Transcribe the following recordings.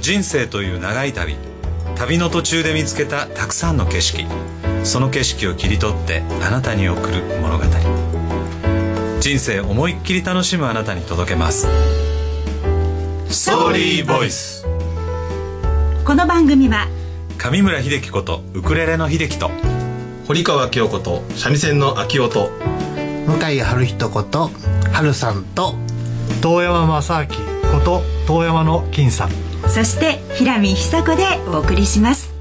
人生という長い旅旅の途中で見つけたたくさんの景色その景色を切り取ってあなたに送る物語人生思いっきり楽しむあなたに届けますストーリーボイスこの番組は上村秀樹ことウクレレの秀樹と堀川清子と三味線の秋音向井春人こと春さんと遠山正明こと遠山の金さんそして平見久子でお送りします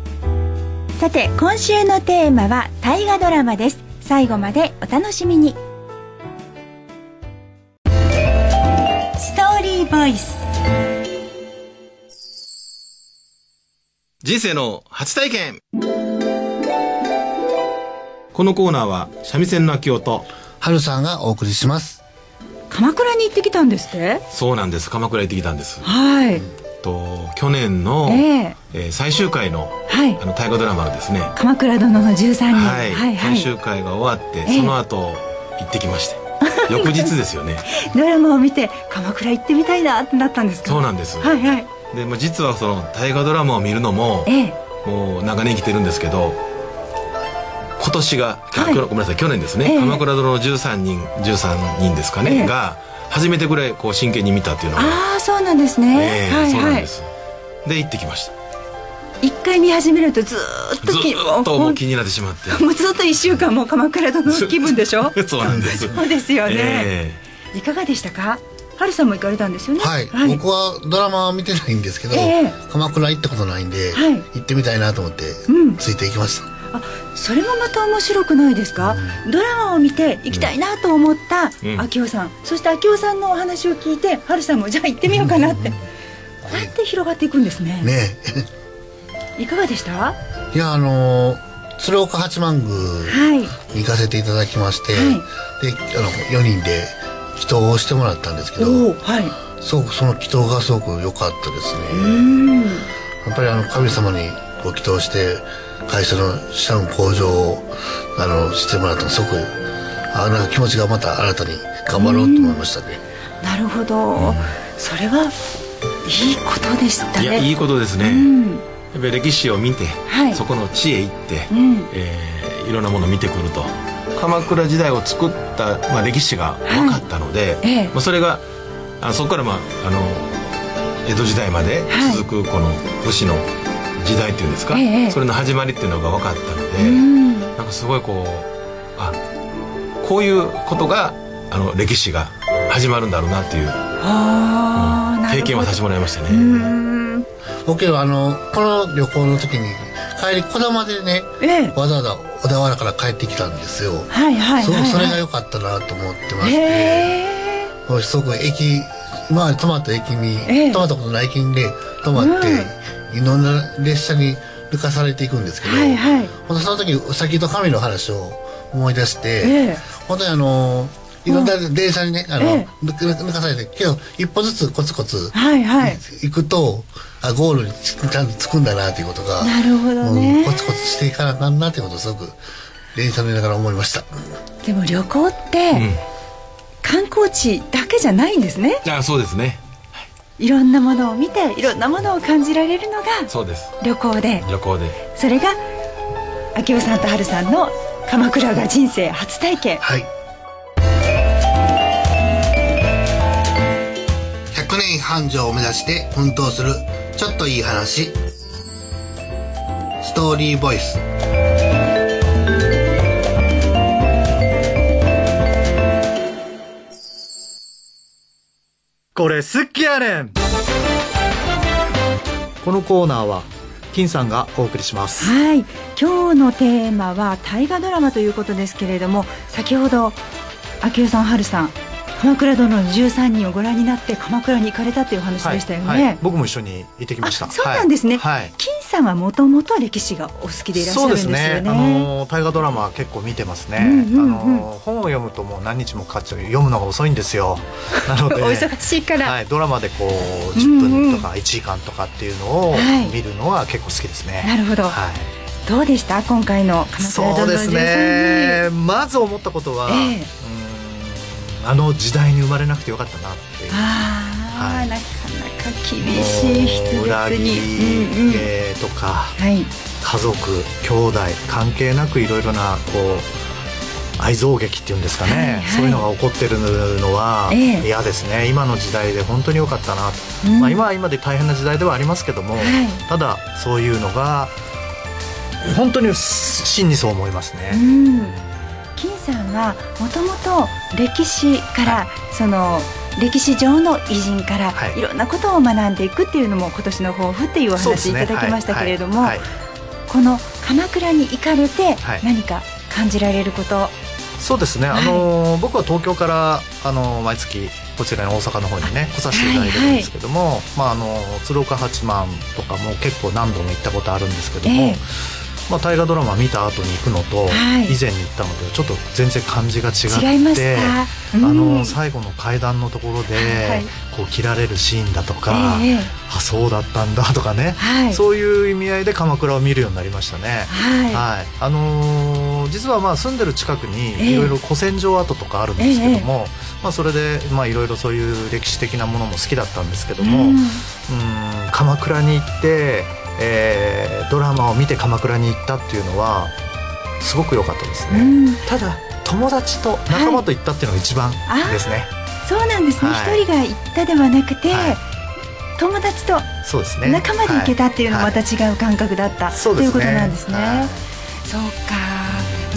さて今週のテーマは大河ドラマです最後までお楽しみにストーリーボイス人生の初体験このコーナーは三味線の秋音春さんがお送りします鎌倉に行ってきたんですってそうなんです鎌倉行ってきたんですはいと去年の、えええー最終回のはいあの大河ドラマのですね、鎌倉殿の13人はいはい、最終回が終わって、ええその後行ってきまして 翌日ですよねドラマを見て鎌倉行ってみたいなってなったんですかそうなんです、はいはいで、まあ、実はその大河ドラマを見るのもええもう長年生きてるんですけど今年が、あはい去年ごめんなさい去年ですね、ええ鎌倉殿の13人13人ですかね、ええが初めてぐらいこう真剣に見たっていうのが、ああそうなんですね、ええはいそうなはんいですで行ってきました一回見始めるとずーっとずきーっともう気もになってしまって う もうずーっと一週間もう鎌倉殿の気分でしょそうなん ですそうですよね、えいかがでしたか春さんも行かれたんですよねはい、はい、僕はドラマは見てないんですけど、ええ鎌倉行ったことないんで、はい行ってみたいなと思って、うんついていきましたあそれもまた面白くないですか、ドラマを見て行きたいなと思ったうん秋夫さん、そして秋夫さんのお話を聞いて春さんもじゃあ行ってみようかなって、こうやって広がっていくんですねね いかがでしたはえいやあのー鶴岡八幡宮いに行かせていただきまして、はであの4人で祈祷をしてもらったんですけおおどはいすごくその祈祷がすごく良かったですうね、んやっぱりあの神様にご祈祷して会社の社の向上をあのしてもらったのすごくあなんか気持ちがまた新たに頑張ろうと思いましたね、なるほど、それはいいことでしたえねいやいいことですね、うんやっぱり歴史を見て、はいそこの地へ行って、うんえーいろんなものを見てくると鎌倉時代を作った、まあ、歴史が分かったので、いええまあ、それがあのそこから、まあ、あの江戸時代まではい続くこの武士の時代っていうんですか、ええええそれの始まりっていうのが分かったのうで、んなんかすごいこうあこういうことがあの歴史が始まるんだろうなっていうああなるほど経験をさせてもらいましたね。うん僕はあのこの旅行の時に帰りこだまでねええわざわざ小田原から帰ってきたんですよ、はいはいはい、はい、すごくそれが良かったなと思ってましへて、えすごく駅今まで泊まった駅に、ええ泊まったことない駅にね泊まって、いろんな列車に抜かされていくんですけど、はいはいほんとその時うさぎと神の話を思い出して、ええ本当にあのいろんな電車にねあの、え抜か抜かされてけど一歩ずつコツコツ、はいはい行くとあゴールにちちゃんと着くんだなということがなるほどねうんコツコツしていかなあかんなということをすごく電車乗りながら思いましたでも旅行って、うん観光地だけじゃないんですねあそうですねいろんなものを見ていろんなものを感じられるのがそうです旅行で旅行でそれが秋夫さんと春さんの鎌倉が人生初体験はい100年繁盛を目指して奮闘するちょっといい話ストーリーボイスこれ好きやねんこのコーナーは金さんがお送りしますはい今日のテーマは大河ドラマということですけれども先ほど秋代さん春さん鎌倉殿の13人をご覧になって鎌倉に行かれたっていうお話でしたよね、はいはい僕も一緒に行ってきましたあそうなんですね、はいはい金さんはもともと歴史がお好きでいらっしゃそうるんでですすよねね。あの大河ドラマは結構見てますね。うんうんうんあの本を読むともう何日もかかっちゃう読むのが遅いんです よ。なので、お忙しいから、はいドラマでこううん10分とか1時間とかっていうのをはい見るのは結構好きですね。なるほど、はい。どうでした今回の鎌倉そう殿ので13す人、ね。まず思ったことは、ええうーんあの時代に生まれなくてよかったなっていう。あはいなかなか厳しい筆裏舌切に、うんうんりえーとかはい家族兄弟関係なくいろいろなこう愛憎劇っていうんですかね、はいはいそういうのが起こってるのはええ嫌ですね、今の時代で本当に良かったなと、うんまあ、今は今で大変な時代ではありますけども、はいただそういうのが本当に真にそう思いますね。うん、金さんはもともと歴史から、その歴史上の偉人から、はいい、ろんなことを学んでいくっていうのも今年の抱負っていうおそうです話いねただきましたけれども、はいはいこの鎌倉に行かれてはい何か感じられること、そうですね、あのー僕は東京から、あのー毎月こちらの大阪の方にね来させていただいてるんですけども、まああのー鶴岡八幡とかも結構何度も行ったことあるんですけども、ええまあ、大河ドラマ見た後に行くのと、はい以前に行ったのでちょっと全然感じが違って違いました、うんあのー最後の階段のところで、はいこう切られるシーンだとか、ええええあそうだったんだとかね、はいそういう意味合いで鎌倉を見るようになりましたね。はい、はい、あのー実はまあ住んでる近くええにいろいろ古戦場跡とかあるんですけども、まあ、それでまあいろいろそういう歴史的なものも好きだったんですけども、ううんん、鎌倉に行って、えードラマを見て鎌倉に行ったっていうのはすごく良かったですね、うんただ友達と仲間と行ったっていうのが一番ですね、そうなんですね一、はい人が行ったではなくて、はい友達とそうですね仲間で行けたっていうのもはまた違う感覚だった、そうとでいすうねことなんですね。はいそうか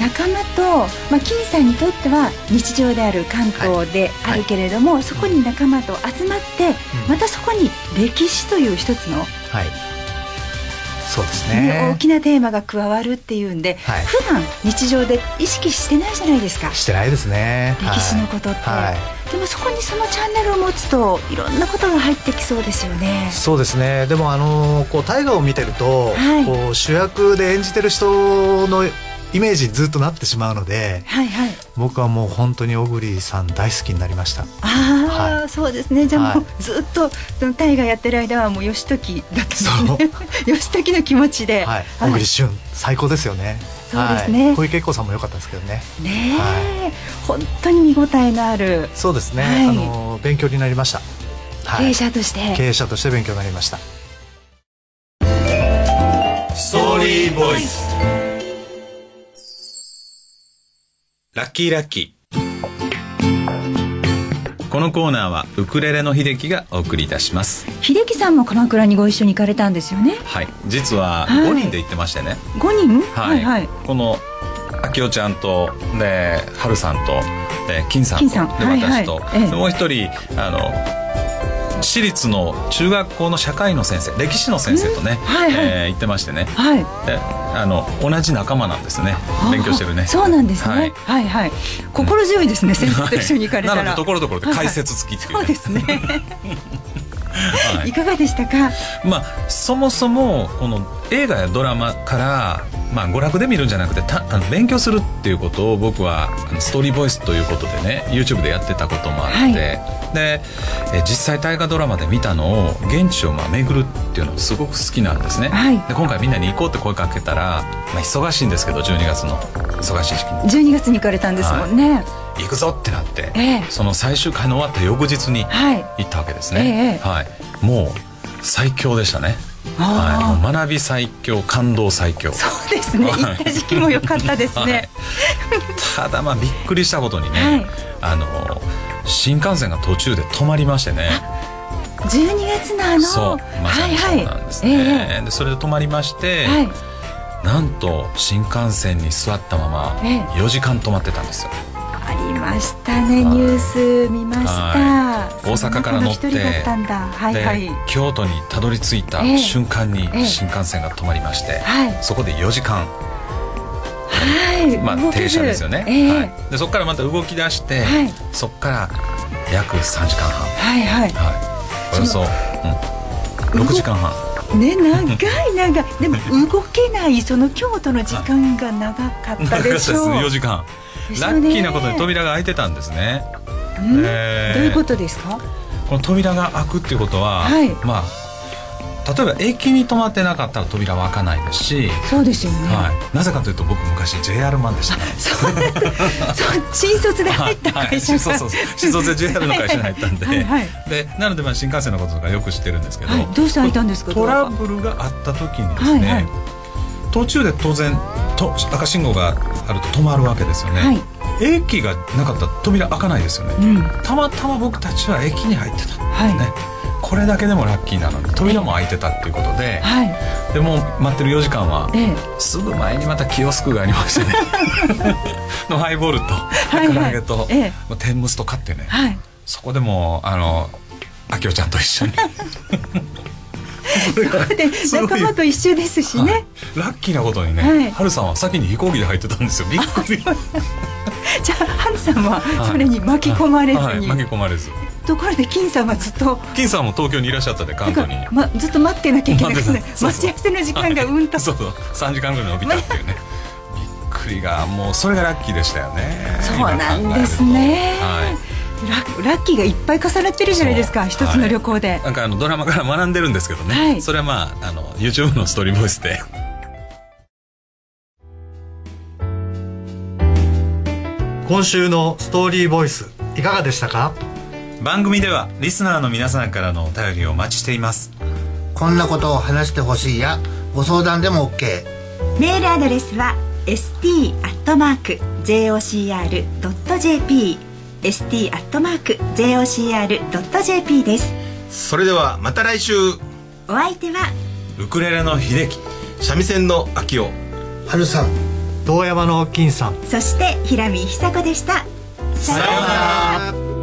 仲間と、まあ、金さんにとっては日常である関東であるけれども、そこに仲間と集まって、うんまたそこに歴史という一つの、ねはい、そうですね大きなテーマが加わるっていうんで、はい普段日常で意識してないじゃないですかしてないですね歴史のことって、はいはいでもそこにそのチャンネルを持つといろんなことが入ってきそうですよね。そうですねでもあのこう大河を見てると、はいこう主役で演じてる人のイメージにずっとなってしまうのではいはい僕はもう本当に小栗さん大好きになりましたああ、はそうですね。じゃあもうはずっとそのタイがやってる間はもう義時だったんですね。 義時の気持ちで、はい小栗旬最高ですよねそうですねはい小池栄子さんも良かったですけどねねえ、は本当に見応えのあるそうですね、はいあの勉強になりました、は経い営者として、経営者として勉強になりましたストーリーボイスラッキーラッキーこのコーナーはウクレレの秀樹がお送りいたします秀樹さんも鎌倉にご一緒に行かれたんですよね。はい実ははい5人で行ってましてね、五人？はい、はいはいこの秋代ちゃんとで春さんとで金さんと金さんではいは私いと、えでえもう一人あの私立の中学校の社会の先生歴史の先生とね、はいはいえー行ってましてねはい。であの同じ仲間なんですね勉強してるねあそうなんですね。ははいい、はい、心強いですね。先生と一緒に行かれたら。なのでところどころで解説付きっていうねそうですね。はいいかがでしたか。まあ、そもそもこの映画やドラマから、まあ、娯楽で見るんじゃなくてたあの勉強するっていうことを僕はあのストーリーボイスということでね YouTube でやってたこともあって、はいでえ実際大河ドラマで見たのを現地をまあ巡るっていうのがすごく好きなんですね、はいで今回みんなに行こうって声かけたら、まあ、忙しいんですけど12月の忙しい時期に十二月に行かれたんですもんね。行くぞってなって、ええその最終回の終わった翌日にはい。行ったわけですね、えはい、もう最強でしたねあはーい、もう学び最強感動最強そうですね。はい行った時期も良かったですね。ただまあびっくりしたことにね、はいあの新幹線が途中で止まりましてね十二月のあの、そうまさにそうなんですね、えでそれで止まりまして、えはい。なんと新幹線に座ったままええ4時間止まってたんですよありましたね。はいニュース見ましたは。いその中の一人だったんだ。はいで、はい。京都にたどり着いたええ瞬間にええ新幹線が止まりまして、はいそこで4時間はい。ま動あ、けず停車ですよね、ええはい、でそこからまた動き出して、はいそこから約3時間半、はいはい。はい、およそ、うん、6時間半ね長い長いでも動けないその京都の時間が長かった でしょう。 4時間ですよラねッキーなことに扉が開いてたんですねうんどうえーいうことですか。この扉が開くっていうことは、はいまあ例えば駅に止まってなかったら扉は開かないですし、そうですよね、はい、なぜかというと僕昔 JR マンでしたねそうなんだそう新卒で入ったはい会社が、そうそうそう新卒で JR の会社に入ったんではいはいでなのでまあ新幹線のこととかよく知ってるんですけど、はいどうして開いたんですかトラドアはブルがあった時にですね、はいはい途中で当然と赤信号があると止まるわけですよね、はい駅がなかったら扉開かないですよね、うんたまたま僕たちは駅に入ってた、はいね、これだけでもラッキーなのに扉も開いてたっていうことで、はいでもう待ってる4時間はええすぐ前にまたキオスクがありましてね のハイボールといはい唐揚げと、ええもう天むすと買ってね、はいそこでもうあの明夫ちゃんと一緒にで仲間と一緒ですしね、はいラッキーなことにね、はいはるさんは先に飛行機で入ってたんですよびっくりじゃあハルさんはい それに巻き込まれずに、はい巻き込まれずところで金さんはずっと金さんも東京にいらっしゃったんでな関んか東に、ま、ずっと待ってなきゃいけなくて待ってたそうそ待うち合わせの時間がうんとそうそう3時間ぐらい伸びたって いうねびっくりがもうそれがラッキーでしたよねそうなんです今考えるねとはいララッキーがいっぱい重なってるじゃないですかそう一つの旅行で、なんかあのドラマから学んでるんですけどね、はいそれはまああの YouTube のストーリーボイスで今週のストーリーボイスいかがでしたか番組ではリスナーの皆さんからのお便りをお待ちしていますこんなことを話してほしいやご相談でも OK メールアドレスは st.jocr.jp st.jocr.jp ですそれではまた来週お相手はウクレレの秀樹三味線の秋をはるさん堂山の金さんそして平見久子でしたさようなら